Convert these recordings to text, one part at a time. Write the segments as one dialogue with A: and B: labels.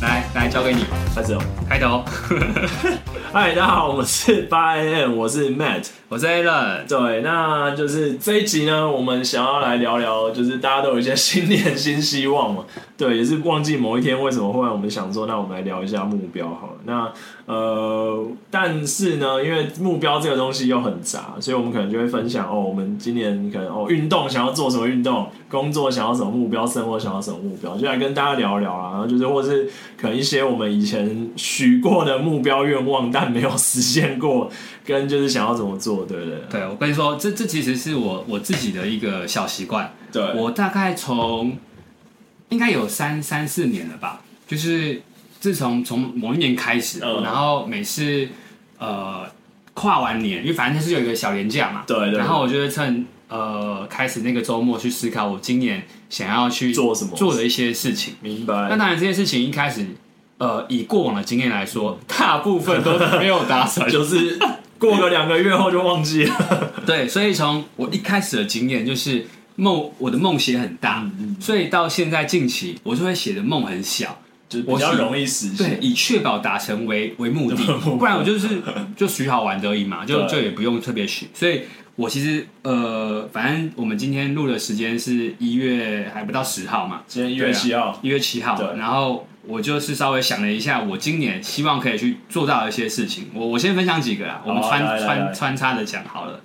A: 来来，交给你
B: 开始哦。
A: 开头。
B: 嗨，大家好，我是八 AM，我是 Matt。
A: 我是 a l
B: 对，那就是这一集呢，我们想要来聊聊，就是大家都有一些新年新希望嘛。对，也是忘记某一天为什么忽然我们想说，那我们来聊一下目标好了。那呃，但是呢，因为目标这个东西又很杂，所以我们可能就会分享哦，我们今年可能哦运动想要做什么运动，工作想要什么目标，生活想要什么目标，就来跟大家聊聊啊。然后就是或是可能一些我们以前许过的目标愿望，但没有实现过，跟就是想要怎么做，对不对？
A: 对，我跟你说，这这其实是我我自己的一个小习惯。
B: 对，
A: 我大概从应该有三三四年了吧，就是自从从某一年开始，
B: 嗯
A: 然后每次呃跨完年，因为反正就是有一个小年假嘛，
B: 对对对
A: 然后我就会趁呃开始那个周末去思考我今年想要去
B: 做什么
A: 做的一些事情。
B: 明
A: 那
B: 白。
A: 当然，这件事情一开始，呃，以过往的经验来说，大部分都没有达 成。
B: 就是过个两个月后就忘记了。
A: 对，所以从我一开始的经验就是梦，我的梦写很大，所以到现在近期，我就会写的梦很小。
B: 就是比
A: 我
B: 较
A: 是
B: 容易实
A: 对
B: 现，。
A: 以确保达成为为目的
B: 为目的，
A: 不然我就是就许好玩的而已嘛，就
B: 对
A: 就也不用特别许。所以我其实呃，反正我们今天录的时间是一月还不到十号嘛，
B: 今天一月七号，
A: 啊一月七号，
B: 对
A: 然后我就是稍微想了一下，我今年希望可以去做到的一些事情。我我先分享几个啦，我们
B: 好啊
A: 穿
B: 来来
A: 穿
B: 来
A: 穿插着讲好了。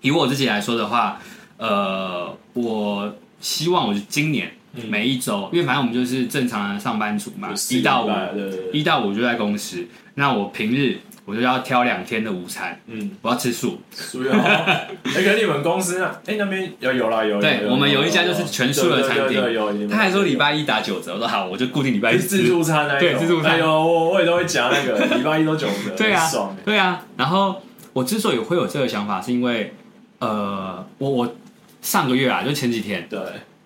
A: 以我自己来说的话，呃，我希望我今年
B: 嗯
A: 每一周，因为反正我们就是正常的上班族嘛，一到五，
B: 对对对，
A: 一到五就在公司。那我平日我就要挑两天的午餐，
B: 嗯，
A: 我要吃素。
B: 属于好。 哎，可是你们公司啊，哎那边有有啦有，
A: 对我们有一家就是全素的餐厅
B: 对对对有。你们
A: 他还说礼拜一打九折，我说好，我就固定礼拜一
B: 是自助餐那一种
A: 对自助餐
B: 哎呦，我我也都会夹那个，礼拜一都九折，
A: 对啊
B: 很爽，欸
A: 对啊。然后我之所以会有这个想法，是因为呃，我我上个月啊，就前几天，
B: 对，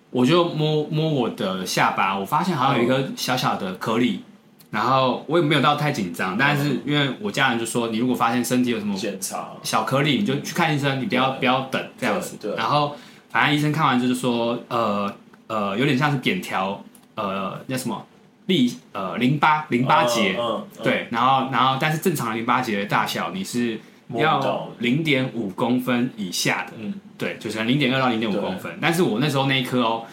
A: 我就摸摸我的下巴，我发现好像有一
B: 嗯
A: 颗小小的颗粒。然后我也没有到太紧张，但
B: 嗯
A: 是因为我家人就说，你如果发现身体有什么
B: 检查
A: 小颗粒，你就去看医生，你不要不要等这样子
B: 对。对
A: 然后反正医生看完就是说，呃呃，有点像是扁条，呃，那什么粒呃淋巴淋巴结，
B: 嗯，嗯，
A: 对，然后然后但是正常的淋巴结的大小你是
B: 摸不
A: 要
B: 到
A: 零点五公分以下的，
B: 嗯，
A: 对，就是零点二到零点五
B: 对
A: 公分。但是我那时候那一颗哦，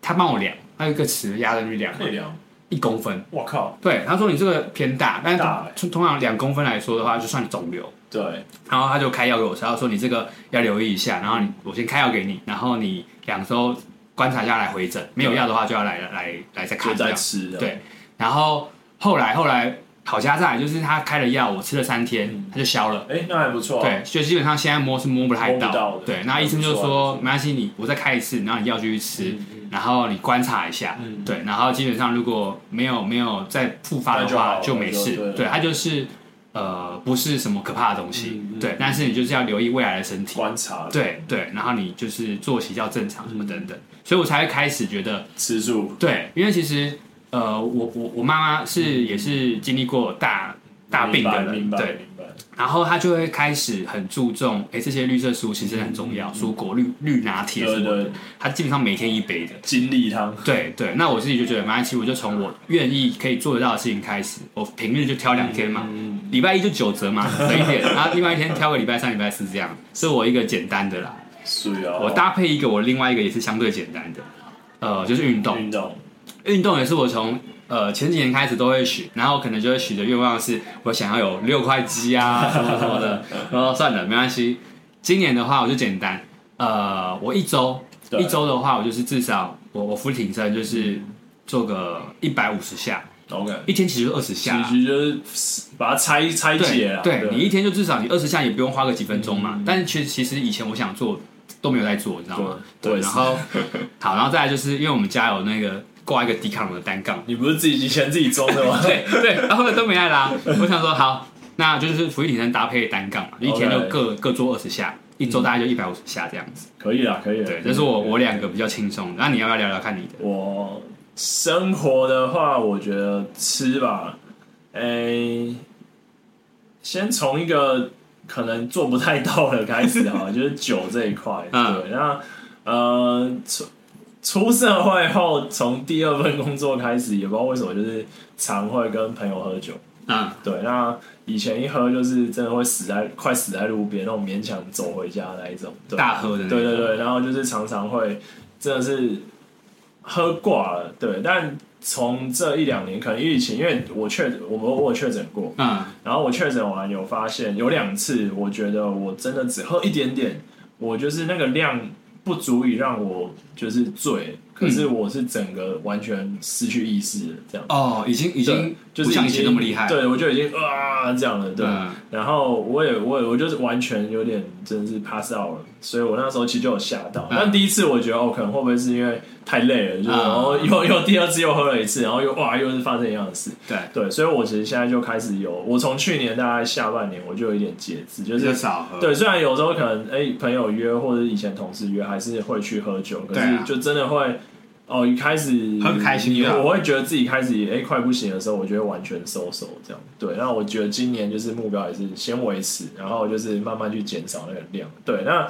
A: 他帮我量，他有一个尺压上去量
B: 配量，
A: 一公分，
B: 我靠，
A: 对，他说你这个偏大，但是
B: 大欸
A: 通通常两公分来说的话就算肿瘤。
B: 对，
A: 然后他就开药给我吃，他说你这个要留意一下，然后你我先开药给你，然后你两周观察一下来回诊，没有药的话就要来来来再
B: 就
A: 看这
B: 在
A: 样。
B: 吃的，
A: 对，然后后来后来好家在就是他开了药，我吃了三天，它就消了。
B: 哎，那还不嗯错啊，
A: 对，所以基本上现在摸是摸不太
B: 摸不到的
A: 对，那医生就说没关系，你我再开一次，然后你药继续吃，然后你观察一下，
B: 嗯
A: 对，然后基本上如果没有没有再复发的
B: 那就好
A: 话
B: 了
A: 就没
B: 就对
A: 事
B: 了，
A: 对，它就是呃不是什么可怕的东西
B: 嗯，嗯
A: 对，但是你就是要留意未来的身体，
B: 观察，，
A: 对对，然后你就是作息要正常什
B: 嗯
A: 么等等，所以我才会开始觉得
B: 吃素，
A: 对，因为其实呃，我我我妈妈是也是经历过大大病的人，
B: 嗯明白，明白
A: 对，
B: 明白，
A: 然后她就会开始很注重，哎、这些绿色蔬其实很重要，蔬果绿绿拿铁什
B: 嗯对
A: 么的，
B: 对，
A: 她基本上每天一杯的。
B: 精力汤，
A: 对对，那我自己就觉得，没关系，我就从我愿意可以做得到的事情开始，我平日就挑两天嘛，
B: 嗯
A: 礼拜一就九折嘛，省一点，然后另外一天挑个礼拜三、礼拜四这样，是我一个简单的啦。
B: 素啊，
A: 我搭配一个我另外一个也是相对简单的，呃，就是运动。
B: 运动，
A: 运动也是我从呃前几年开始都会许，然后可能就会许的愿望是我想要有六块肌啊什么什 么的。然后算了，没关系。今年的话我就简单，呃，我一周
B: 对
A: 一周的话，我就是至少我我俯卧撑就是做个一百五十下，
B: ，OK，
A: 一天其实二十下
B: 其
A: 啦。
B: 实就是把它拆拆解
A: 对
B: 啊，，嗯
A: 对你一天就至少你二十下也不用花个几分钟嘛。但是其实其实以前我想做都没有在做，你知道吗？
B: 对我也
A: 然
B: 是
A: 后好，然后再来就是因为我们家有那个挂一个迪卡侬的单杠，
B: 你不是自己以前自己装的吗？
A: 对对，啊然后呢都没爱啦。我想说好，那就是俯卧撑搭配单杠嘛，一天就各各做二十下，一周大概就一百五十下这样子。
B: 可以啦，可以啦。
A: 对，这是
B: 嗯
A: 我我两个比较轻松的。那你要不要聊聊看你的？
B: 我生活的话，我觉得吃吧，诶、先从一个可能做不太到的开始 哈，就是酒这一块。
A: 嗯
B: 对，那呃出出社会后，从第二份工作开始，也不知道为什么，就是常会跟朋友喝酒。
A: 嗯，
B: 对，那以前一喝就是真的会死在快死在路边，那种勉强走回家那一种。对
A: 大喝的那
B: 对
A: 种
B: 对对，然后就是常常会真的是喝挂了，对。但从这一两年，可能疫情，因为我确我我我有确诊过，
A: 嗯，
B: 然后我确诊完有发现有两次，我觉得我真的只喝一点点，我就是那个量不足以让我就是醉，可是我是整个完全失去意识了这样。
A: 哦，已经
B: 对
A: 已经
B: 就
A: 不
B: 是
A: 像
B: 已
A: 以前
B: 经
A: 那么厉害。
B: 对我就已经啊这样了，对。
A: 嗯
B: 然后我也我也我就是完全有点真的是 pass out 了，所以我那时候其实就有吓到。
A: 嗯
B: 但第一次我觉得哦，可能会不会是因为太累了，就是
A: 嗯
B: 然后 又又第二次又喝了一次，然后又哇又是发生一样的事。
A: 对，
B: 对，所以我其实现在就开始有，我从去年大概下半年我就有一点节制，就
A: 比较
B: 是
A: 少喝。
B: 对，虽然有时候可能哎、朋友约或者以前同事约还是会去喝酒，可
A: 对
B: 是
A: 啊
B: 就真的会哦一开始
A: 很开心
B: 你
A: 对啊
B: 我会觉得自己开始哎、快不行的时候，我就会完全收手这样。对，那我觉得今年就是目标也是先维持，然后就是慢慢去减少那个量。对，那。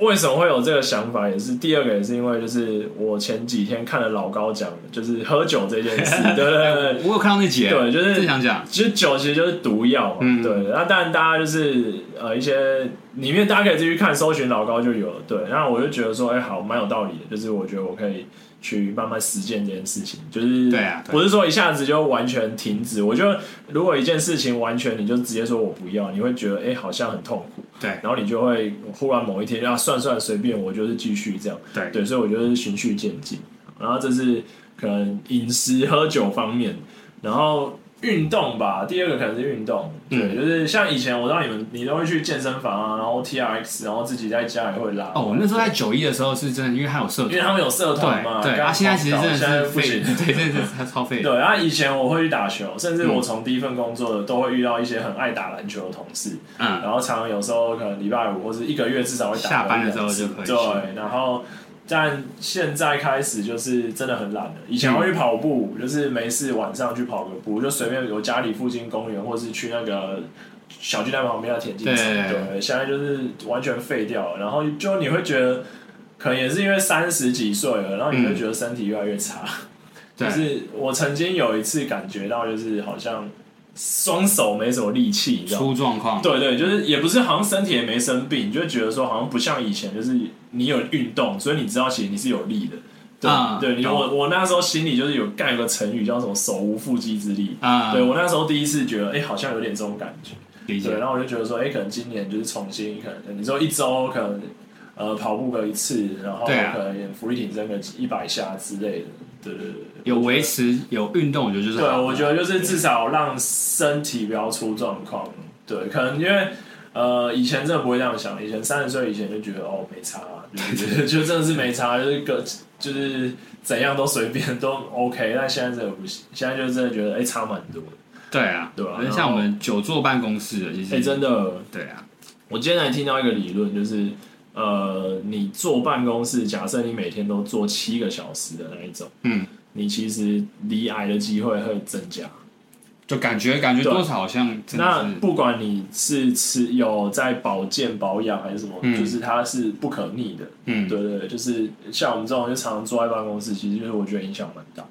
B: 为什么会有这个想法？也是第二个，也是因为就是我前几天看了老高讲的，就是喝酒这件 事。对对对对，
A: 我有看到那集，
B: 对就是
A: 正想讲，
B: 其实酒其实就是毒药嘛，
A: 嗯
B: 对。那当然大家就是呃一些里面大家可以继续看搜寻老高就有了，对。那我就觉得说，哎、好，蛮有道理的，就是我觉得我可以去慢慢实践这件事情，就是
A: 对啊对
B: 不是说一下子就完全停止。我觉得如果一件事情完全你就直接说我不要，你会觉得哎、好像很痛苦，
A: 对
B: 然后你就会忽然某一天啊算算随便，我就是继续这样，
A: 对
B: 对，所以我觉得是循序渐进。然后这是可能饮食、喝酒方面，然后运动吧。第二个可能是运动，对，
A: 嗯
B: 就是像以前我让你们，你都会去健身房啊，然后 T R X，然后自己在家也会拉。
A: 哦，我那时候在九一的时候是真的，因为还有社
B: 因
A: 团
B: 为，他们有社团嘛，
A: 对对，
B: 刚
A: 啊，现在其实真
B: 现在
A: 的是
B: 不
A: 废，
B: 行。
A: 对，真的是超废。
B: 对，然后以前我会去打球，甚
A: 嗯
B: 至我从第一份工作都会遇到一些很爱打篮球的同事，
A: 嗯，
B: 然后常常有时候可能礼拜五或是一个月至少会打
A: 下班的
B: 一两次
A: 时候就可以去
B: 对，然后但现在开始就是真的很懒了。以前会去跑步，
A: 嗯
B: 就是没事晚上去跑个步，就随便有家里附近公园，或是去那个小巨蛋旁边的田径场。
A: 对
B: 对，现在就是完全废掉了，然后就你会觉得。可能也是因为三十几岁了，然后你会觉得身体越来越差。就
A: 对，
B: 是我曾经有一次感觉到，就是好像双手没什么力气，你知道吗
A: 出状况，
B: 对对，就是也不是好像身体也没生病，你就会觉得说好像不像以前，就是你有运动，所以你知道其实你是有力的。对、
A: 啊
B: 对，你
A: 懂
B: 我我那时候心里就是有干有个成语叫什么“手无缚鸡之力”
A: 啊
B: 对我那时候第一次觉得，哎、好像有点这种感觉。
A: 理
B: 对，
A: 解
B: 然。后我就觉得说，哎、可能今年就是重新，可能你说一周可能呃跑步个一次，然后
A: 对啊
B: 可能也浮力挺身个一百下之类的。对对对，对
A: 有
B: 我觉得
A: 维持有运动，我觉得就是
B: 对，啊
A: 好
B: 我觉得就是至少让身体不要出状况。对，可能因为呃，以前真的不会这样想，以前三十岁以前就觉得哦没差、啊，就是 就真的是没差，啊就是个就是怎样都随便都 OK。但现在真的不行，现在就真的觉得哎、差蛮多的。
A: 对啊，
B: 对啊
A: 而且
B: 然
A: 像
B: 后
A: 我们久坐办公室的，其
B: 哎、
A: 实
B: 真的，
A: 对啊，
B: 我今天还听到一个理论，就是呃，你坐办公室，假设你每天都坐七个小时的那一种，
A: 嗯，
B: 你其实离癌的机会会增加。
A: 就感觉感觉
B: 对啊
A: 多少好像真
B: 那
A: 的
B: 不管你是吃有在保健保养还是什么，
A: 嗯
B: 就是它是不可逆的。
A: 嗯
B: 对对对，就是像我们这种就常常坐在办公室，其实就是我觉得影响蛮大。
A: 是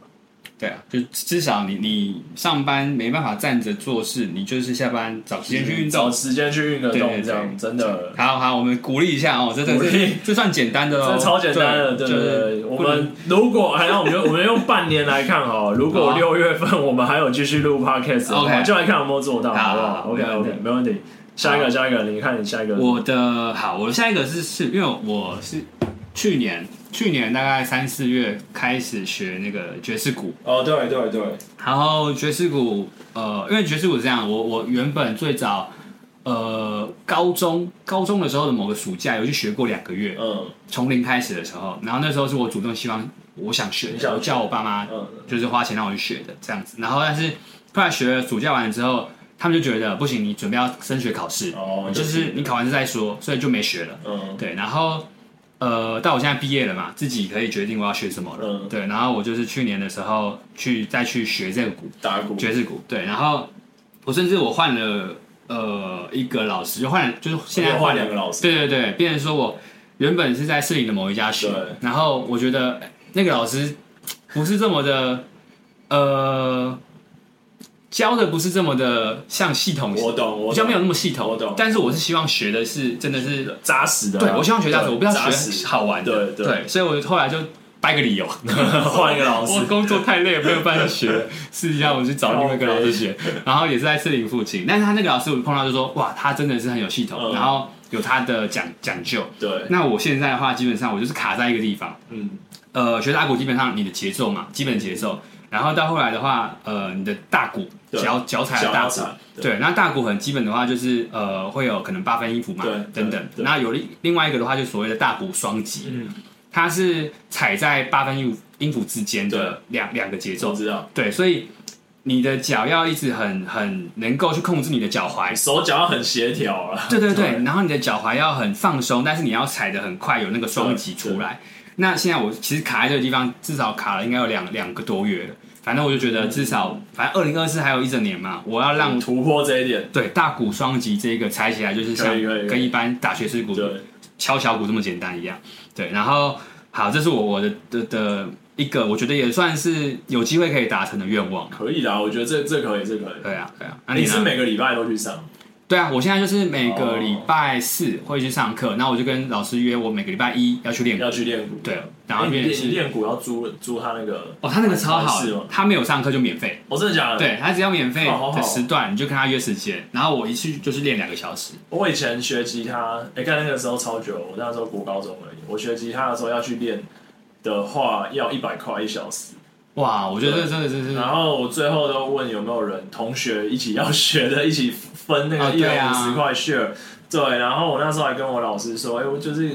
A: 对啊，就至少你你上班没办法站着做事，你就是下班找时间去运
B: 嗯找
A: 动。
B: 时间去运个
A: 对对
B: 动，
A: 对
B: 这样真的。
A: 好好，我们鼓励一下哦，这这
B: 鼓励
A: 这这算简单的哦，
B: 这超简单的，对
A: 就
B: 对
A: 是
B: 对。
A: 不
B: 我
A: 能
B: 们如果还让我们就我们用半年来看好了，如果
A: 好啊
B: 六月份我们还有继续录 podcast，的话
A: OK
B: 就来看有没有做到，
A: 好
B: 好不
A: 好
B: 好
A: 好
B: ？OK
A: 没问题
B: OK，没问题。下一个，下一个，你看你下一个，
A: 我的好，我下一个是是因为我是去年去年大概三四月开始学那个爵士鼓，
B: 哦，对对对，
A: 然后爵士鼓，呃，因为爵士鼓是这样，我我原本最早，呃，高中高中的时候的某个暑假有去学过两个月，
B: 嗯
A: 从零开始的时候，然后那时候是我主动希望我想学
B: 你想，学
A: 我叫我爸妈
B: 嗯，
A: 就是花钱让我去学的这样子，然后但是后来学了暑假完之后，他们就觉得不行，你准备要升学考试，
B: 哦，
A: 就是你考完试再说，所以就没学了。
B: 嗯
A: 对，然后呃，到我现在毕业了嘛，自己可以决定我要学什么了。
B: 嗯
A: 对，然后我就是去年的时候去再去学这个鼓，
B: 打鼓，
A: 爵士鼓。对，然后我甚至我换了呃一个老师，就换了，就是现在
B: 换
A: 换
B: 哦两个
A: 了。
B: 老师，
A: 对对对，变成说我原本是在市里的某一家学
B: 对，
A: 然后我觉得哎那个老师不是这么的呃。教的不是这么的像系统性，
B: 我懂，我
A: 比较没有那么系
B: 我
A: 统
B: 懂，
A: 但是我是希望学的是真的是
B: 有扎实的啊，
A: 对，我希望学大学，
B: 对
A: 我不要
B: 扎
A: 学
B: 实，
A: 好玩的。
B: 对对
A: 所以我后来就掰个 理由，
B: 换一个老
A: 我
B: 师，
A: 工作太累了，没有办 法学，试一下我去找另外一个老师学。然后也是在士林附近，但是他那个老师我碰到就说，哇，他真的是很有系统，
B: 嗯
A: 然后有他的讲讲究。
B: 对，
A: 那我现在的话，基本上我就是卡在一个地方，
B: 嗯，
A: 呃，学打鼓基本上你的节奏嘛，基本节奏，然后到后来的话，呃，你的大鼓
B: 对
A: 脚脚踩的
B: 小
A: 大
B: 大
A: 鼓，
B: 伞，对，
A: 对，那大鼓很基本的话就是呃会有可能八分音符嘛
B: 对，
A: 等等。
B: 对对
A: 那有另另外一个的话，就所谓的大鼓双击，
B: 嗯，
A: 它是踩在八分音符音符之间的两两个节
B: 我
A: 奏。
B: 知道，
A: 对，所以你的脚要一直很很能够去控制你的脚踝。
B: 哎手脚要很协调啊了，
A: 对对对，然后你的脚踝要很放松，但是你要踩的很快，有那个双击出来。那现在我其实卡在这个地方，至少卡了应该有两两个多月了。反正我就觉得至
B: 嗯
A: 少，反正二零二四还有一整年嘛，我要让
B: 突破这一点，
A: 对，大鼓双击这个踩起来就是像
B: 可以可以可以
A: 跟一般打爵士鼓、
B: 对，
A: 敲小鼓这么简单一样。对，然后好，这是我我的的的一个，我觉得也算是有机会可以达成的愿望。
B: 可以的啊，我觉得这这可以，这可以。
A: 对啊，对啊，那
B: 你
A: 呢
B: 是每个礼拜都去上？
A: 对啊，我现在就是每
B: 哦
A: 个礼拜四会去上课，那我就跟老师约，我每个礼拜一要去练鼓。
B: 要去练鼓。
A: 对，然后
B: 哎你
A: 练
B: 练你
A: 是
B: 练鼓要租租他那个，
A: 哦，他那个超好
B: 是吗，
A: 他没有上课就免费，
B: 我真的假的？，
A: 对他只要免费
B: 嗯哦好好好
A: 的时段，你就跟他约时间，然后我一去就是练两个小时。
B: 我以前学吉他，哎、干那个时候超久，我那时候国高中而已。我学吉他的时候要去练的话，要一百块一小时。
A: 哇，我觉得这真的真的是
B: 然后我最后都问有没有人同学一起要学的，一起分那
A: 哦
B: 个一
A: 对
B: 百
A: 啊
B: 五十块 share。对，然后我那时候还跟我老师说，哎、我就是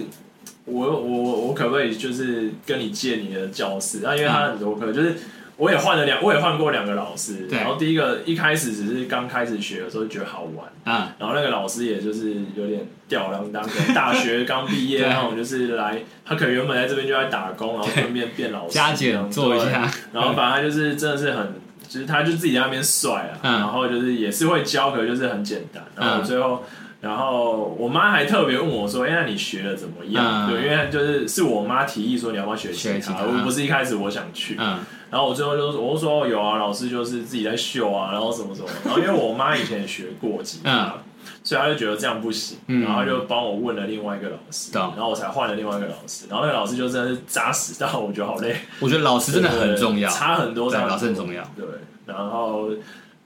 B: 我我我可不可以就是跟你借你的教室？那、因为他很多课，就是我也换了两，我也换过两个老师。
A: 对
B: 然后第一个一开始只是刚开始学的时候觉得好玩，
A: 嗯。
B: 然后那个老师也就是有点吊儿郎当，可能大学刚毕业
A: 对
B: 那种，就是来他可能原本在这边就在打工，然后顺便变老师，
A: 加减做一
B: 对
A: 下，
B: 然后反正他就是真的是很，就是他就自己在那边甩啊，
A: 嗯
B: 然后就是也是会教，可能就是很简单。然后
A: 嗯
B: 我最后，然后我妈还特别问我说：“哎、那你学的怎么样？”
A: 嗯
B: 对，因为就是是我妈提议说你要不要学
A: 学
B: 吉
A: 吉他
B: 他，我不是一开始我想去，
A: 嗯，
B: 然后我最后就说我就说有啊，老师就是自己在秀啊，然后什么什么。然后因为我妈以前也学过吉他，所以她就觉得这样不行，
A: 嗯
B: 然后她就帮我问了另外一个老师，
A: 懂
B: 然后我才换了另外一个老师，然后那个老师就真的是扎实到我觉得好累。
A: 我觉得老师真的很重要
B: 对，差很多，
A: 对，
B: 差
A: 老师
B: 很
A: 很
B: 多。
A: 重要。
B: 对，然后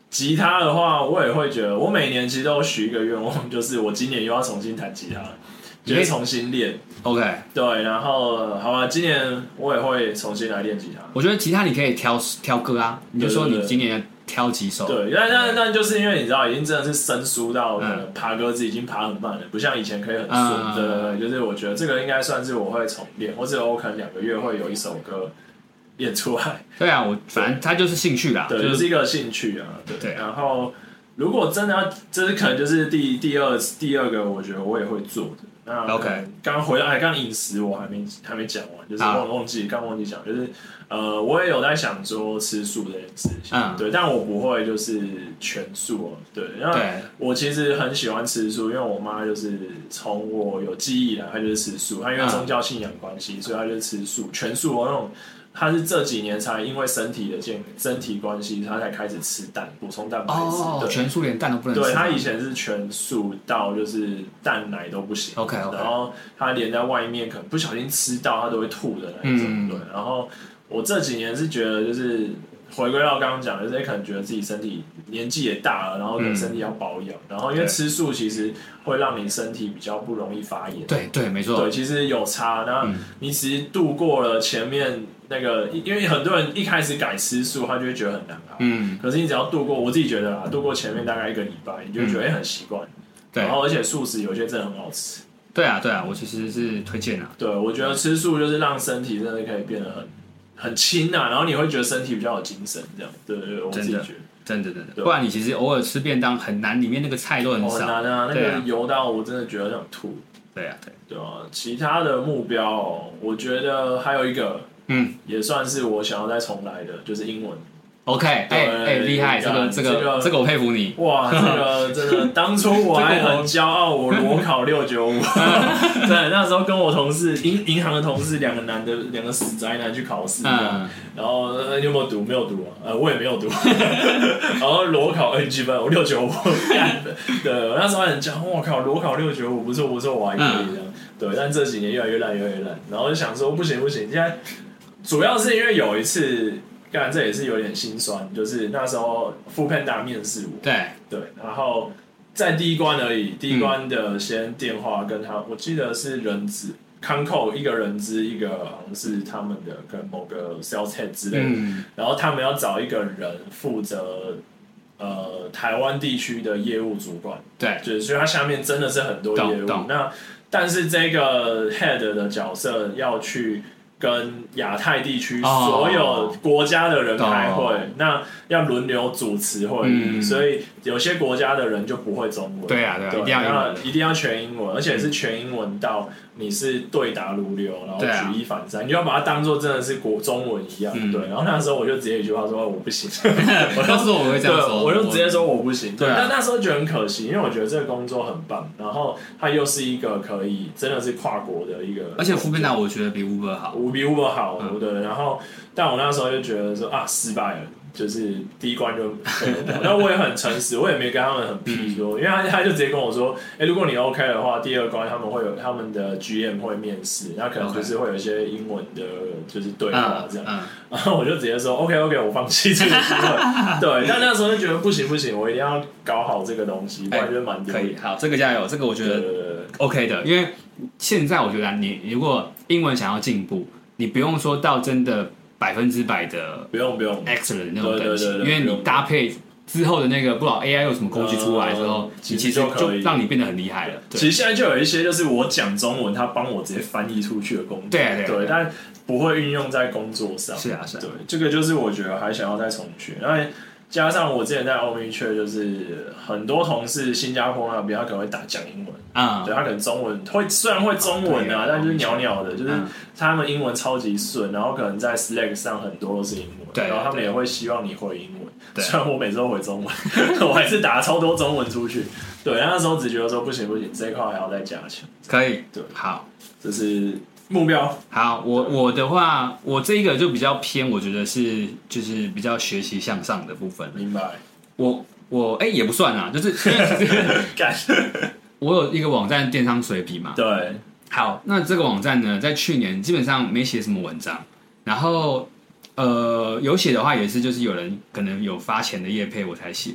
B: 吉他的话，我也会觉得，我每年其实都有许一个愿望，就是我今年又要重新弹吉他，
A: 你
B: 就
A: 可以
B: 是重新练。
A: OK，
B: 对，然后好啊吧，今年我也会重新来练吉他。
A: 我觉得吉他你可以挑挑歌啊，你就说
B: 对对
A: 你
B: 对
A: 今年要挑几首，
B: 对，但
A: 嗯
B: 但但就是因为你知道，已经真的是生疏到可能爬格子已经爬很慢了，不像以前可以很顺。
A: 嗯
B: 对对对，就是我觉得这个应该算是我会重练，或者我可能两个月会有一首歌练出来。
A: 对啊，我反正他就是兴趣啦，
B: 对，
A: 就
B: 就是是一个兴趣啊。对，
A: 对
B: 然后如果真的要，这是可能就是第第二第二个，我觉得我也会做的。那
A: OK
B: 嗯刚回来，刚饮食我还没还没讲完，就是
A: 好
B: 忘忘记刚忘记讲，就是呃，我也有在想说吃素这件事情，
A: 嗯
B: 对，但我不会就是全素哦，对，那
A: 对
B: 我其实很喜欢吃素，因为我妈就是从我有记忆以来，她就是吃素。她因为
A: 嗯
B: 宗教信仰关系，所以她就是吃素，全素哦那种。她是这几年才因为身体的健身体关系，她才开始吃蛋，补充蛋白质。
A: 哦，
B: 对，
A: 全素连蛋都不能吃。
B: 对她以前是全素到就是蛋奶都不行。
A: OK
B: 然
A: OK，
B: 后他连在外面可能不小心吃到，他都会吐的那一种。
A: 嗯
B: 对，然后我这几年是觉得就是回归到刚刚讲的，就是可能觉得自己身体年纪也大了，然后可能身体要保养，
A: 嗯
B: 然后因为
A: 对
B: 吃素其实会让你身体比较不容易发炎。
A: 对对，没错
B: 对，，其实有差。那
A: 嗯
B: 你只是度过了前面那个，因为很多人一开始改吃素，他就会觉得很难熬。
A: 嗯，
B: 可是你只要度过，我自己觉得啦，度过前面大概一个礼拜，你就会觉得哎很习惯。
A: 嗯对
B: 然后而且素食有些真的很好吃。
A: 对啊对啊，我其实是推荐啊，
B: 对，我觉得吃素就是让身体真的可以变得很很轻啊，然后你会觉得身体比较有精神，这样。对对对，我自己
A: 真的
B: 觉得
A: 真的真的，
B: 对
A: 不然你其实偶尔吃便当很难，里面那个菜都很
B: 哦很
A: 少，
B: 难啊，那
A: 对
B: 个
A: 啊
B: 油到我真的觉得想吐。
A: 对啊对，
B: 对啊，其他的目标哦，我觉得还有一个
A: 嗯
B: 也算是我想要再重来的，就是英文。
A: ，OK，哎哎，厉害，这个这个这个我佩服你，
B: 哇，这 个真的，当初我还很骄傲，我裸考六九五。 对，那时候跟我同事银银行的同事，两个男的，两个死宅男去考试。
A: 嗯，
B: 然后、呃、你有没有读？没有读啊，呃，我也没有读。然后裸考 NG 分，我六九五。干对，我那时候还很骄傲，我靠，裸考六九五，不错不错，我还可以这样。对，但这几年越来越烂，越来越烂。然后就想说，不行不行，现在主要是因为有一次，干这也是有点心酸，就是那时候富胖大面试我，
A: 对，
B: 对，然后在第一关而已，第一关的先电话跟他，我记得是人资康扣一个人资，一个好像是他们的跟某个 sales head 之类的，
A: 嗯
B: 然后他们要找一个人负责呃台湾地区的业务主管，
A: 对，
B: 就是所以他下面真的是很多业务
A: 懂懂。
B: 那但是这个 head 的角色要去跟亚太地区
A: 哦
B: 所有国家的人开会，
A: 懂
B: 那要轮流主持会议，
A: 嗯
B: 所以有些国家的人就不会中文。
A: 对啊对啊
B: 对，
A: 一定要英文
B: 那一定要全英文，而且是全英文到你是对答如流，然后
A: 对啊
B: 举一反三，你就要把它当做真的是国中文一样。
A: 嗯
B: 对，然后那时候我就直接一句话说哦我不 行，
A: 我当时我会这样
B: 对，
A: 说，
B: 我就直接说我不行。
A: 对啊
B: 但那时候觉得很可惜，因为我觉得这个工作很棒，然后它又是一个可以真的是跨国的一个，
A: 而且福片达我觉得比 Uber 好，
B: 无比 Uber 好，
A: 嗯
B: 对。然后，但我那时候就觉得说啊，失败了。就是第一关就， 那我也很诚实，我也没跟他们很屁
A: 嗯
B: 说，因为他他就直接跟我说，哎、如果你 OK 的话，第二关他们会有他们的 GM 会面试，那可能就是会有一些英文的，就是对话
A: 嗯
B: 这样。
A: 嗯，
B: 然 后我就直接说 OK OK，我放弃这个机会。对，但那时候就觉得不行不行，我一定要搞好这个东西，不然就蛮丢
A: 哎嗯可以，
B: 脸。
A: 好，这个加油，这个我觉
B: 对对
A: 得
B: 对对
A: OK 的，因为现在我觉得啊你如果英文想要进步，你不用说到真的百分之百的
B: 不用不用，
A: excellent 那种等级，
B: 对对对对
A: 因为你搭配之后的那个不知道 AI 有什么工具出来之
B: 嗯
A: 后，你
B: 其
A: 其
B: 实
A: 实
B: 就可
A: 就
B: 以
A: 让你变得很厉害了。
B: 其
A: 对
B: 实现在就有一些就是我讲中文，他帮我直接翻译出去的工作，
A: 对啊对啊对啊
B: 但不会运用在工作上。
A: 是啊是啊
B: 对，这个就是我觉得还想要再重学，然后加上我之前在欧美确就是很多同事新加坡那边他可能会打讲英文，
A: 啊
B: 对，他可能中文会虽然会中文啊，
A: 啊对
B: 但就是袅袅的，就是
A: 嗯
B: 他们英文超级顺，然后可能在 Slack 上很多都是英文，
A: 对
B: 然后他们也会希望你回英文。
A: 对
B: 虽然我每次都回中文， 我还是打超多中文出去。对，那时候只觉得说不行不行，这一块还要再加强，
A: 可以
B: 对，
A: 好。
B: 这是目标。
A: 好，我我的话，我这个就比较偏，我觉得是就是比较学习向上的部分。
B: 明白？
A: 我我哎、也不算啊，就是因为其实
B: 干
A: 我有一个网站电商随笔嘛，
B: 对，
A: 好，那这个网站呢，在去年基本上没写什么文章，然后呃有写的话也是就是有人可能有发钱的业配我才写，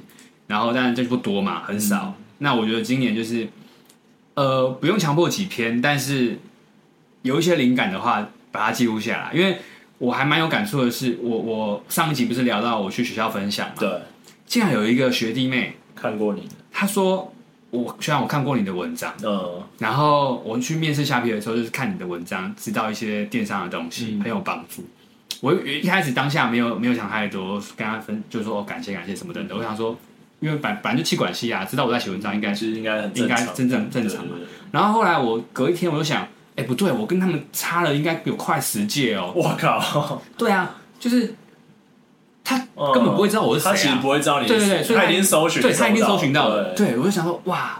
A: 然后当然这就不多嘛，很少。那我觉得今年就是呃不用强迫几篇，但是有一些灵感的话把它记录下来，因为我还蛮有感触的是，我我上一集不是聊到我去学校分享嘛，
B: 对，
A: 竟然有一个学弟妹
B: 看过你的，
A: 她说我虽然我看过你的文章。
B: 嗯，
A: 然后我去面试虾皮的时候，就是看你的文章，知道一些电商的东西，很有帮助。我一开始当下没有没有想太多，跟他分就说哦感谢感谢什么等等。我想说，因为反反正就气管系啊，知道我在写文章应该
B: 其
A: 是。
B: 实应该很正
A: 应该
B: 常，
A: 真正正常嘛
B: 对。对对
A: 然后后来我隔一天我就想，哎不对，我跟他们差了应该有快十届哦。
B: 我靠，
A: 对啊，就是他根本不会知道我是谁、
B: 嗯
A: 啊
B: 他其实不会知道你是
A: 对
B: 谁，
A: 对对，所以
B: 他已经搜寻，
A: 对他已经搜寻到了。
B: 对
A: 对，我就想说，哇，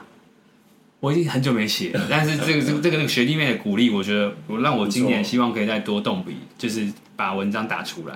A: 我已经很久没写了，但是这个这个这个学弟妹的鼓励，我觉得我让我今年
B: 不错
A: 希望可以再多动笔，就是把文章打出来。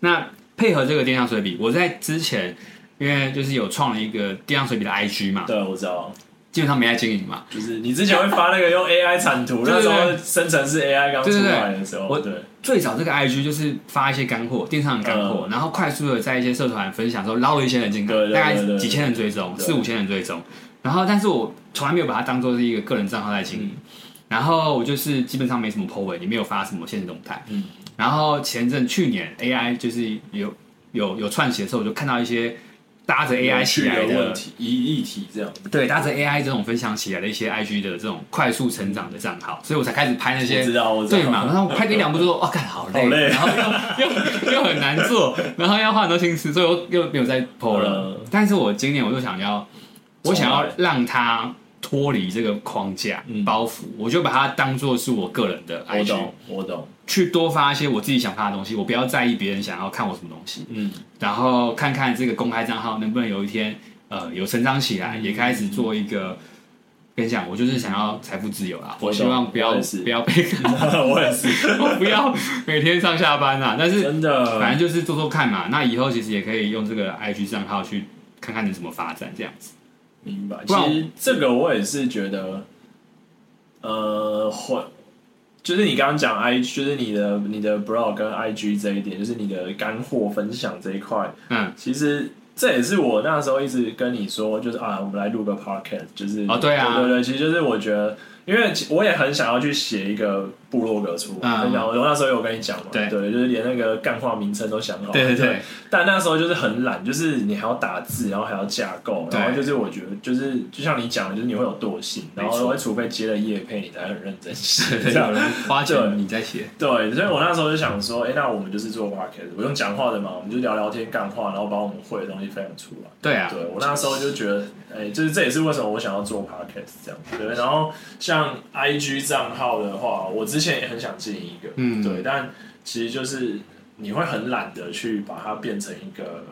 A: 那配合这个电商水笔，我在之前因为就是有创了一个电商水笔的 IG 嘛，
B: 对，我知道。
A: 基本上没在经营嘛。
B: 就是你之前会发那个用 AI 产图，
A: 对
B: 那
A: 对
B: 时
A: 对
B: 候生成式 AI 刚出
A: 对对对
B: 来的时候，
A: 我
B: 对，
A: 最早这个 IG 就是发一些干货，电商的干货，然后快速的在一些社团分享之后捞了一些人进来，
B: 嗯对对对
A: 大
B: 对
A: 概
B: 对
A: 几千人追踪，
B: 对
A: 四五千人追踪。然后，但是我从来没有把它当做是一个个人账号在经营。
B: 嗯
A: 然后我就是基本上没什么 po 文，也没有发什么现实动态。
B: 嗯
A: 然后前阵去年 AI 就是有有有串起的时候，我就看到一些搭着 AI 起来
B: 有趣
A: 的
B: 的问题，一议题这样，
A: 对，搭着 AI 这种分享起来的一些 IG 的这种快速成长的账号，所以我才开始拍那些，
B: 我知道我知道
A: 对嘛？然后我拍个一两部 就说，哦，干好累，
B: 好累
A: 然后又 又又很难做，然后要花很多心思，所以我又没有再 PO 了。
B: 嗯
A: 但是我今年我就想要，我想要
B: 重来
A: 让它脱离这个框架、
B: 嗯
A: 包袱，我就把它当做是我个人的
B: 我
A: IG，
B: 懂，我懂，
A: 去多发一些我自己想发的东西，我不要在意别人想要看我什么东西。
B: 嗯，
A: 然后看看这个公开账号能不能有一天呃有成长起来，
B: 嗯
A: 也开始做一个。跟你讲，我就是想要财富自由啦！
B: 我懂
A: 我希望不要
B: 我也是
A: 不要被看，
B: 我也是，
A: 我不要每天上下班啦。但是
B: 真的，
A: 反正就是做做看嘛。那以后其实也可以用这个 IG 账号去看看你怎么发展这样子。
B: 明白。
A: 不
B: 其
A: 然
B: 实这个我也是觉得，呃，会就是你刚刚讲 I，就是你的你的 blog 跟 IG 这一点，就是你的干货分享这一块，
A: 嗯，
B: 其实。这也是我那时候一直跟你说，就是啊，我们来录个 podcast，就是
A: 哦对啊
B: 对对对，其实就是我觉得，因为其我也很想要去写一个部落格出来，
A: 嗯
B: 分享我那时候有跟你讲嘛，
A: 对
B: 对，就是连那个干话名称都想好了，
A: 对对对，
B: 但那时候就是很懒，就是你还要打字，然后还要架构，
A: 对
B: 然后就是我觉得就是就像你讲的，就是你会有惰性，然
A: 没错
B: 后除非接了业配，你才很认真写
A: 对
B: 这样
A: 有。人花
B: 对
A: 钱你在写，
B: 对，所以我那时候就想说，哎、那我们就是做 podcast，不用讲话的嘛，我们就聊聊天、干话，然后把我们会的东西分享出来。
A: 对啊，
B: 对我那时候就觉得，哎、就是这也是为什么我想要做 podcast 这样。对，然后像 IG 账号的话，我之前也很想经营一个，
A: 嗯
B: 对，但其实就是你会很懒得去把它变成一个，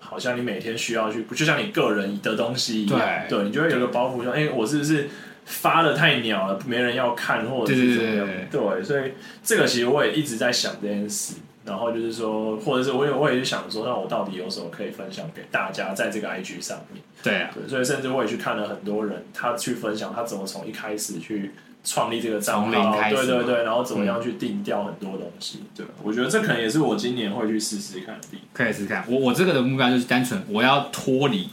B: 好像你每天需要去，就像你个人的东西一样，
A: 对
B: 对你就会有一个包袱，说，哎、我是不是？发的太鸟了，没人要看，或者是怎么样？
A: 对对
B: 对，所以这个其实我也一直在想这件事，然后就是说，或者是我也我也是想说，那我到底有什么可以分享给大家在这个 IG 上面？
A: 对啊，
B: 对，所以甚至我也去看了很多人，他去分享他怎么从一开始去创立这个账
A: 从零
B: 号，
A: 开始
B: 对
A: 嘛
B: 对对，然后怎么样去定掉很多东西。对，我觉得这可能也是我今年会去试试看的地方。
A: 可以试试看。我我这个的目标就是单纯，我要脱离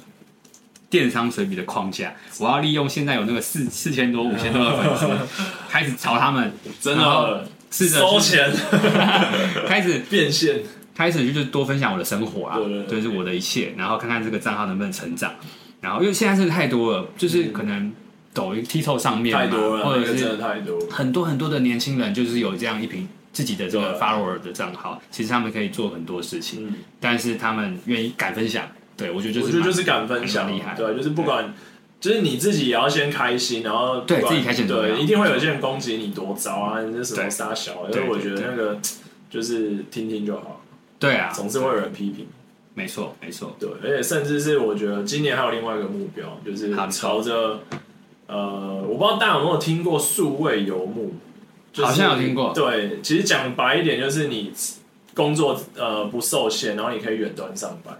A: 电商水笔的框架，我要利用现在有那个四四千多、五千多的粉 丝，开始朝他们
B: 真
A: 然后
B: 的，
A: 试着
B: 收
A: 去
B: 钱
A: 开始
B: 变现，
A: 开始就是多分享我的生活啊
B: 对对，
A: 就
B: 对
A: 是我的一切，然后看看这个账号能不能成长。然后因为现在真的太多了，就是可能抖音、TikTok 上面
B: 嗯
A: 嘛啊
B: 太多了，
A: 或
B: 那
A: 者
B: 个真
A: 是
B: 的太多了。
A: 很多很多的年轻人，就是有这样一瓶自己的这个
B: 对啊
A: follower 的账号，其实他们可以做很多事情，
B: 嗯。
A: 但是他们愿意敢分享。对，我觉得就
B: 我
A: 是
B: 觉得
A: 蛮
B: 就是敢分享，
A: 蛮厉害
B: 对，就是不管，就是你自己也要先开心，然后不管
A: 对自己开心很重要
B: 对，一定会有些人攻击你多糟啊，你这什
A: 对
B: 么傻小，
A: 对
B: 所以我
A: 对
B: 觉得
A: 对
B: 那个就是听听就好，
A: 对啊，
B: 总是会有人批评，
A: 没错没错，
B: 对，而且甚至是我觉得今年还有另外一个目标，就是
A: 好你说
B: 朝着呃，我不知道大家有没有听过数位游牧，就是
A: 好像有听过
B: 对，其实讲白一点，就是你工作呃不受限，然后你可以远端上班。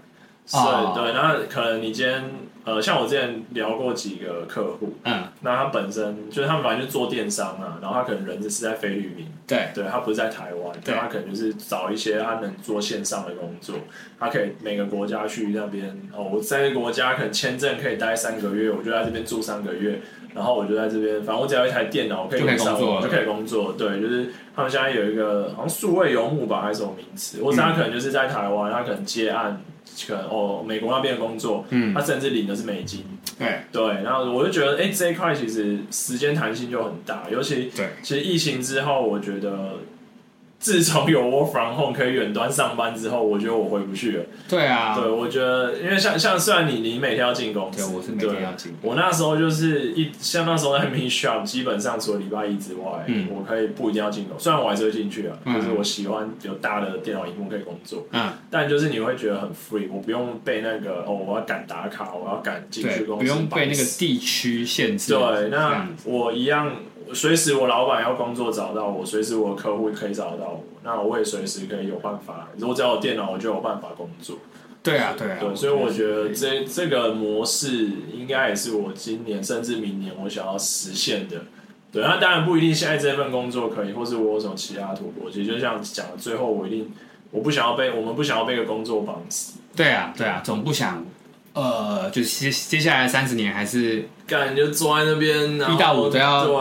B: 是、
A: 哦
B: 对，那可能你今天呃，像我之前聊过几个客户，
A: 嗯，
B: 那他本身就是他们反正就做电商啊，然后他可能人是在菲律宾，
A: 对
B: 对他不是在台湾，
A: 对
B: 但他可能就是找一些他能做线上的工作，他可以每个国家去那边哦，我在一个国家可能签证可以待三个月，我就在这边住三个月，然后我就在这边，反正我只要有一台电脑，我可以
A: 就可以
B: 上
A: 工作
B: 网
A: 了
B: 就可以工作。对，就是他们现在有一个好像数位游牧吧，还是什么名词，
A: 嗯
B: 或者他可能就是在台湾，他可能接案，可能哦美国那边的工作，
A: 嗯
B: 他甚至领的是美金，
A: 对
B: 对，然后我就觉得，哎、这一块其实时间弹性就很大，尤其
A: 对
B: 其实疫情之后，我觉得自从有 work from home 可以远端上班之后，我觉得我回不去了。
A: 对啊，
B: 对，我觉得因为像像虽然你你每天要进公司，
A: 对我是每天
B: 对
A: 要进
B: 我那时候就是一像那时候在 m i shop，基本上除了礼拜一之外，
A: 嗯
B: 我可以不一定要进公司，虽然我还是会进去啊，
A: 嗯
B: 就是我喜欢有大的电脑荧幕可以工作，
A: 嗯，
B: 但就是你会觉得很 free，我不用被那个哦，我要赶打卡，我要赶进
A: 对，
B: 去公司，
A: 不用被那个地区限制。
B: 对，
A: 这
B: 那
A: 样子
B: 我一样，随时我老板要工作找到我，随时我客户可以找到我，那我也随时可以有办法，如果只要有电脑，我就有办法工作。
A: 对啊，对啊，
B: 对，所以我觉得这这个模式应该也是我今年甚至明年我想要实现的。对，那当然不一定现在这份工作可以，或是我有什么其他突破。其实就像讲的，最后我一定我不想要被我们不想要被一个工作绑死。
A: 对啊，对啊，总不想，呃，就是接接下来三十年还是
B: 干你就坐在那边，然后
A: 一到五都要
B: 对，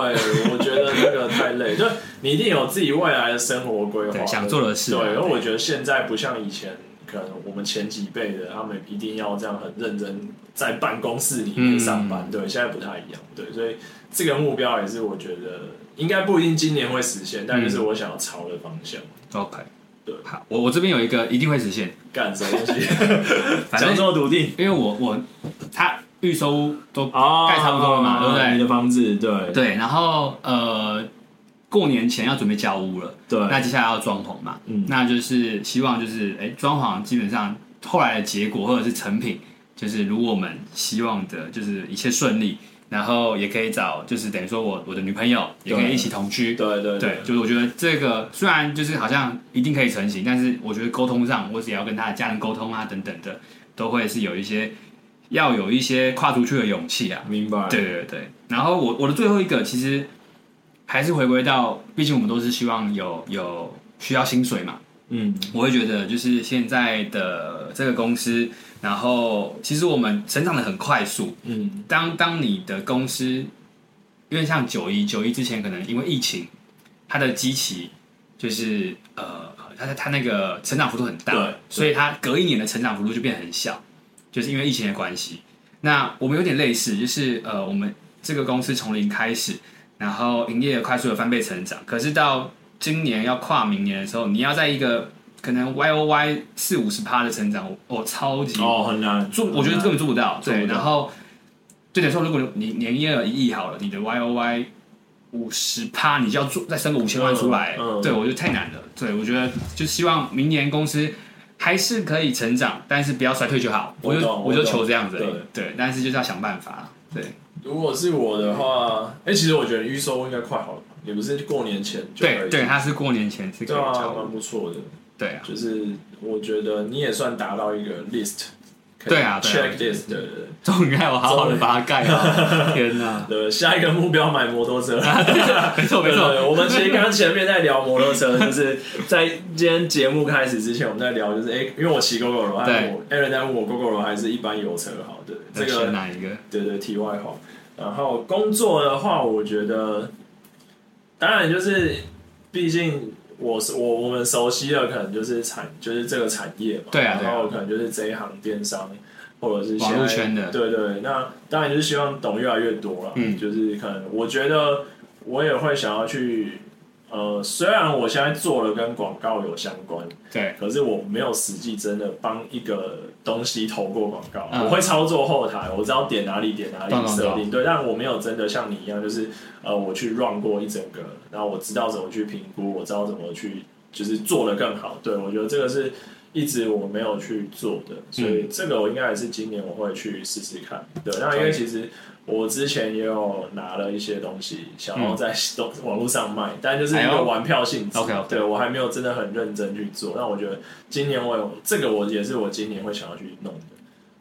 B: 我觉得那个太累。就你一定有自己未来的生活规划，
A: 对想做的事啊
B: 对，而
A: 对
B: 我觉得现在不像以前，可能我们前几辈的他们一定要这样很认真在办公室里面上班，
A: 嗯
B: 对，现在不太一样，对，所以这个目标也是我觉得应该不一定今年会实现，但就是我想要朝的方向。
A: OK。
B: 对
A: 好，我我这边有一个一定会实现，
B: 干什么东西？
A: 反
B: 讲
A: 正
B: 这么笃定
A: 因为我我他预收都
B: 哦
A: 盖差不多了嘛对不对
B: 你的房子，对
A: 对，然后呃，过年前要准备交屋了，
B: 对
A: 那接下来要装潢嘛，
B: 嗯
A: 那就是希望就是哎，装潢基本上后来的结果或者是成品，就是如我们希望的，就是一切顺利，然后也可以找就是等于说我我的女朋友也可以一起同居，
B: 对对
A: 对，就是我觉得这个虽然就是好像一定可以成型，但是我觉得沟通上，我只要跟他的家人沟通啊等等的，都会是有一些要有一些跨出去的勇气啊。
B: 明白。
A: 对对对。然后我我的最后一个其实还是回归到，毕竟我们都是希望有有需要薪水嘛，
B: 嗯，
A: 我会觉得就是现在的这个公司，然后其实我们成长的很快速，
B: 嗯，
A: 当当你的公司，因为像九一九一之前可能因为疫情，它的基期就是呃，它它它那个成长幅度很
B: 对
A: 大
B: 对，
A: 所以它隔一年的成长幅度就变得很小，就是因为疫情的关系。那我们有点类似，就是呃，我们这个公司从零开始，然后营业额快速的翻倍成长，可是到今年要跨明年的时候，你要在一个可能 Y O Y 四五十趴的成长，我、哦、超级
B: 哦，很难
A: 做，我觉得根本做不到。
B: 做不
A: 对，
B: 到
A: 然后就等于说，如果你年营业额一亿好了，你的 Y O Y 五十趴，你就要做再生个五千万出来，
B: 嗯嗯
A: 对我觉得太难了。对我觉得就希望明年公司还是可以成长，但是不要衰退就好。
B: 我
A: 我就
B: 懂我
A: 就
B: 懂
A: 求这样子而已，对，但是就是要想办法。对
B: 如果是我的话，哎、其实我觉得预售应该快好了吧，也不是过年前就可
A: 对
B: 以
A: 对，他是过年前是可
B: 对
A: 以
B: 啊，
A: 交
B: 蛮
A: 的，
B: 不错的。
A: 对啊，
B: 就是我觉得你也算达到一个 list，可以
A: 对啊对啊
B: check list，对对对
A: 终于让我好好的把它盖了， 天哪！
B: 对，下一个目标买摩托车。
A: 没错 没
B: 对对
A: 错，
B: 对我们其实刚刚前面在聊摩托 车，就是在今天节目开始之前，我们在聊，就是哎、因为我骑 GoGo 罗，
A: 对
B: 我 Aaron 在问我 GoGo 罗还是一般油车好，对这
A: 那
B: 个
A: 选哪一个？
B: 对对，题外话。然后工作的话，我觉得，当然就是，毕竟我是我我们熟悉的可能就是产就是这个产业嘛，
A: 对啊对啊
B: 然后可能就是这一行电商或者是
A: 网
B: 现在
A: 络圈的
B: 对对。那当然就是希望懂越来越多了，
A: 嗯
B: 就是可能我觉得我也会想要去，呃，虽然我现在做了跟广告有相关，
A: 对，
B: 可是我没有实际真的帮一个东西投过广告，
A: 嗯
B: 我会操作后台，我知道点哪里点哪
A: 懂
B: 里
A: 懂
B: 设定，对，但我没有真的像你一样，就是呃，我去 run 过一整个，然后我知道怎么去评估，我知道怎么去就是做的更好，对我觉得这个是一直我没有去做的，所
A: 嗯
B: 以这个我应该也是今年我会去试试看，对，那因为其实。我之前也有拿了一些东西，想要在 网络上卖，但就是一
A: 嗯哎
B: 个
A: 呦
B: 玩票性质。
A: OK，OK
B: 对我还没有真的很认真去做。那我觉得今年我有这个，我也是我今年会想要去弄的，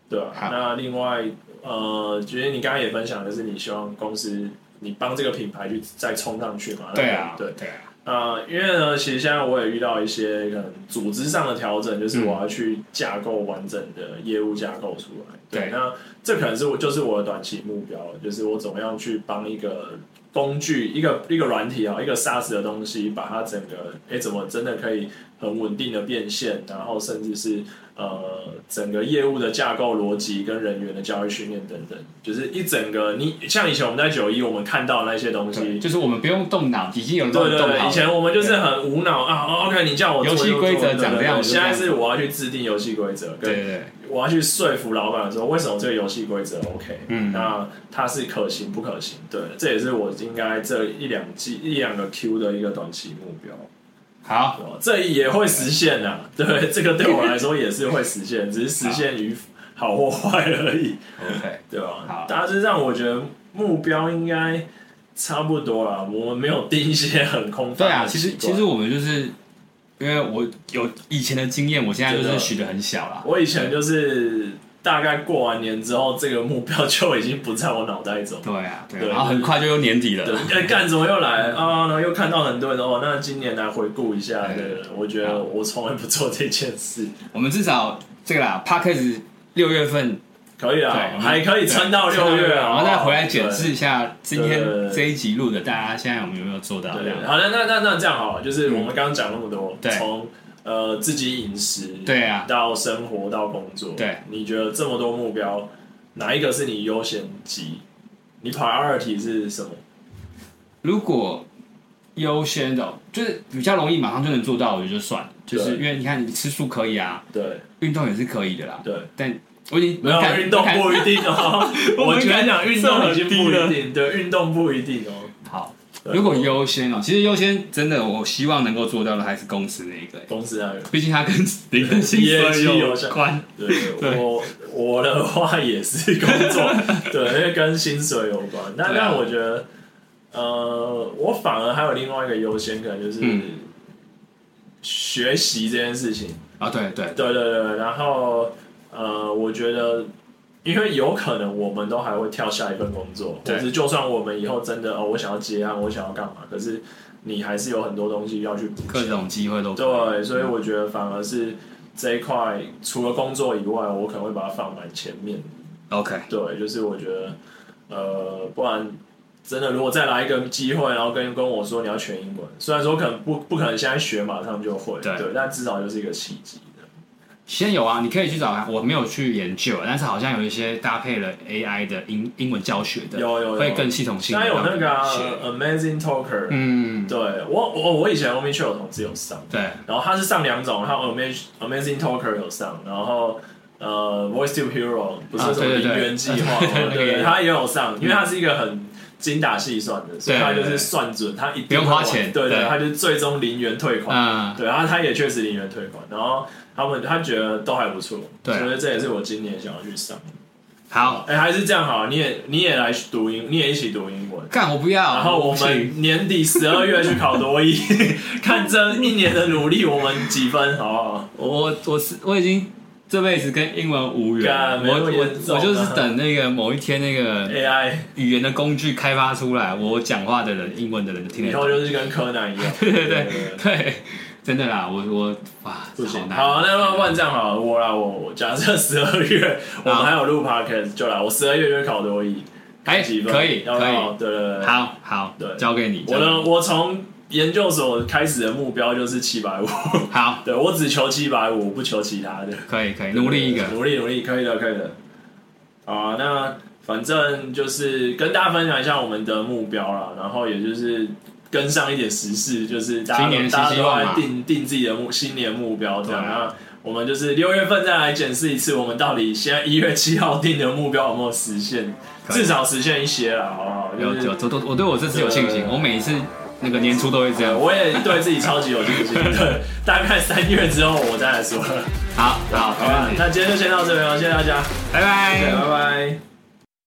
B: 对啊吧、
A: 好
B: 那另外，呃，觉得你刚刚也分享，就是你希望公司你帮这个品牌去再冲上去嘛？
A: 对啊，
B: 对。
A: 对啊，
B: 呃，因为呢，其实现在我也遇到一些可能组织上的调整，就是
A: 嗯
B: 我要去架构完整的业务架构出来。
A: 对
B: 那这可能是我就是我的短期目标，就是我怎么样去帮一个工具、一个一个软体啊，一个 SaaS 的东西，把它整个哎怎么真的可以很稳定的变现，然后甚至是呃整个业务的架构逻辑跟人员的教育训练等等，就是一整个你像以前我们在九一我们看到的那些东西
A: 对，，就是我们不用动脑，已经有人帮
B: 对
A: 你
B: 对
A: 动好
B: 对，以
A: 了。
B: 前我们就是很无脑啊哦，OK，你叫我做
A: 游戏规
B: 就做
A: 则长这样
B: 对对对
A: 我就
B: 现在
A: 这样
B: 是我要去制定游戏规则，
A: 对
B: 跟
A: 对对，
B: 我要去说服老板说为什么这个游戏规则 OK，
A: 嗯
B: 那它是可行不可行？对，这也是我应该这一两季一两个 Q 的一个短期目标，
A: 好，
B: 对吧这也会实现呐、 对，这个对我来说也是会实现，只是实现与好或坏而已。
A: OK，
B: 对吧
A: 好？
B: 大致上，我觉得目标应该差不多啦。我们没有定一些很空泛的
A: 对啊，其实
B: 习惯
A: 其实我们就是因为我有以前的经验，我现在就
B: 真
A: 是
B: 的
A: 许的很小啦。
B: 我以前就是大概过完年之后，这个目标就已经不在我脑袋中。
A: 对啊，对啊，
B: 对
A: 然后很快就又年底
B: 对
A: 了。，
B: 哎，干怎么又来啊？然后又看到很多人哦，那今年来回顾一下。
A: 对
B: 对，我觉得我从来不做这件事，
A: 我们至少这个啦 p a c k a g e 六月份
B: 可以啊，
A: 对，
B: 还可以撑到六月啊，
A: 然后再回来
B: 解
A: 检
B: 释。
A: 视一下今
B: 对对对
A: 天
B: 对
A: 这一集录的，大家现在有没有没有做到？这
B: 对，
A: 样
B: 好的，那那那这样好了，就是我们刚刚讲那么多，
A: 嗯对
B: 从呃自己饮食，
A: 对啊
B: 到生活到工作，
A: 对，
B: 你觉得这么多目标，哪一个是你优先级？你 priority 是什么？
A: 如果优先的，就是比较容易马上就能做到，我觉得就算了。就是
B: 对
A: 因为你看，你吃素可以啊，
B: 对
A: 运动也是可以的啦。
B: 对，
A: 但我已经
B: 没有
A: 我敢
B: 运动
A: 我敢
B: 不一定哦，
A: 我
B: 我
A: 们
B: 觉得讲运动已经不
A: 这
B: 一
A: 很低
B: 定，对，运动不一定哦。
A: 好。
B: 对
A: 如果优先哦，其实优先真的，我希望能够做到的还是公司那一个，
B: 公司啊，
A: 毕竟它跟您的薪水有关。
B: 对
A: 对
B: 我我的话也是工作，对，因为跟薪水有关。但
A: 对啊
B: 但我觉得，呃，我反而还有另外一个优先，可能就是
A: 嗯
B: 学习这件事情。
A: 啊，对对
B: 对对对，然后呃，我觉得，因为有可能我们都还会跳下一份工作，
A: 对
B: 或是就算我们以后真的哦，我想要接案，我想要干嘛，可是你还是有很多东西要去补
A: 各
B: 齐
A: 种机会都可以
B: 对，啊所以我觉得反而是这一块，除了工作以外，我可能会把它放蛮前面。
A: OK，
B: 对，就是我觉得，呃，不然真的如果再来一个机会，然后跟跟我说你要全英文，虽然说可能不不可能现在学马上就会，
A: 对
B: 对，但至少就是一个契机的。
A: 先有啊，你可以去找看，我没有去研究，但是好像有一些搭配了 AI 的英英文教学的，
B: 有有有
A: 会更系统性
B: 现
A: 地
B: 在有
A: 让
B: 那
A: 你学。
B: 个、啊、呃 Amazing Talker，、
A: 嗯，
B: 对我我我以前 o m i c h 有同事有上，
A: 对，
B: 然后他是上两种，他 Amazing Amazing Talker 有上，然后呃 Voice to Hero 不是
A: 啊
B: 什么
A: 对对
B: 零
A: 啊对
B: 元计划吗，
A: 那个也
B: 对，
A: 有
B: 他也有上，因为他是一个很精打细算
A: 嗯
B: 的，所以他就是算准他一定
A: 不用
B: 会
A: 花
B: 完
A: 钱
B: 对对，
A: 对
B: 他就是最终零元退款，
A: 嗯，
B: 对，然后他也确实零元退款，然后他们他觉得都还不错，
A: 对
B: 所以这也是我今年想要去上，
A: 好，
B: 哎，还是这样好，你也你也来读英，你也一起读英文。
A: 干我不要。
B: 然后我
A: 不行
B: 们年底十二月去考多一， 看这一年的努力我们几分，好不好？
A: 我我是我已经这辈子跟英文无缘了，
B: 干没
A: 我
B: 那么
A: 我
B: 严重啊
A: 我就是等那个某一天那个
B: AI
A: 语言的工具开发出来，我讲话的人，英文的人就听得
B: 以
A: 懂。
B: 后就是跟柯南一样，
A: 对对对对，真的啦，我我哇，
B: 不行
A: 好。难。
B: 好，那那换这样好了，我啦，我我假 设十二月我们还有录 podcast 就来，我十二月就考多一，
A: 哎，
B: 几分
A: 可以
B: 要不
A: 可
B: 要？
A: 以，
B: 对对对，
A: 好好
B: 对，
A: 交给你。
B: 我
A: 交给
B: 的
A: 你
B: 我从研究所开始的目标就是七百五，
A: 好，
B: 对我只求七百五，不求其他的。
A: 可以可以，努力一个。
B: 努力努力，可以的，可以的。好啊，那反正就是跟大家分享一下我们的目标啦，然后也就是跟上一点时事，就是大家
A: 新年新
B: 大家
A: 希
B: 都
A: 望
B: 来
A: 嘛
B: 定定自己的目新年目标这样。
A: 对
B: 那
A: 啊
B: 我们就是六月份再来检视一次，我们到底现在一月七号定的目标有没有实现，
A: 可以
B: 至少实现一些啦，好不好？
A: 有
B: 就是
A: 有，我都我对我这次有信
B: 对对
A: 心。
B: 对
A: 我每一次那个年初都会这样。
B: 我也对自己超级有信心， 对，大概三月之后我再来说了，
A: 好好，
B: 好
A: 没
B: 吧
A: 问？题。
B: 那今天就先到这边了，谢谢大家，啊
A: 拜拜
B: 对，拜拜。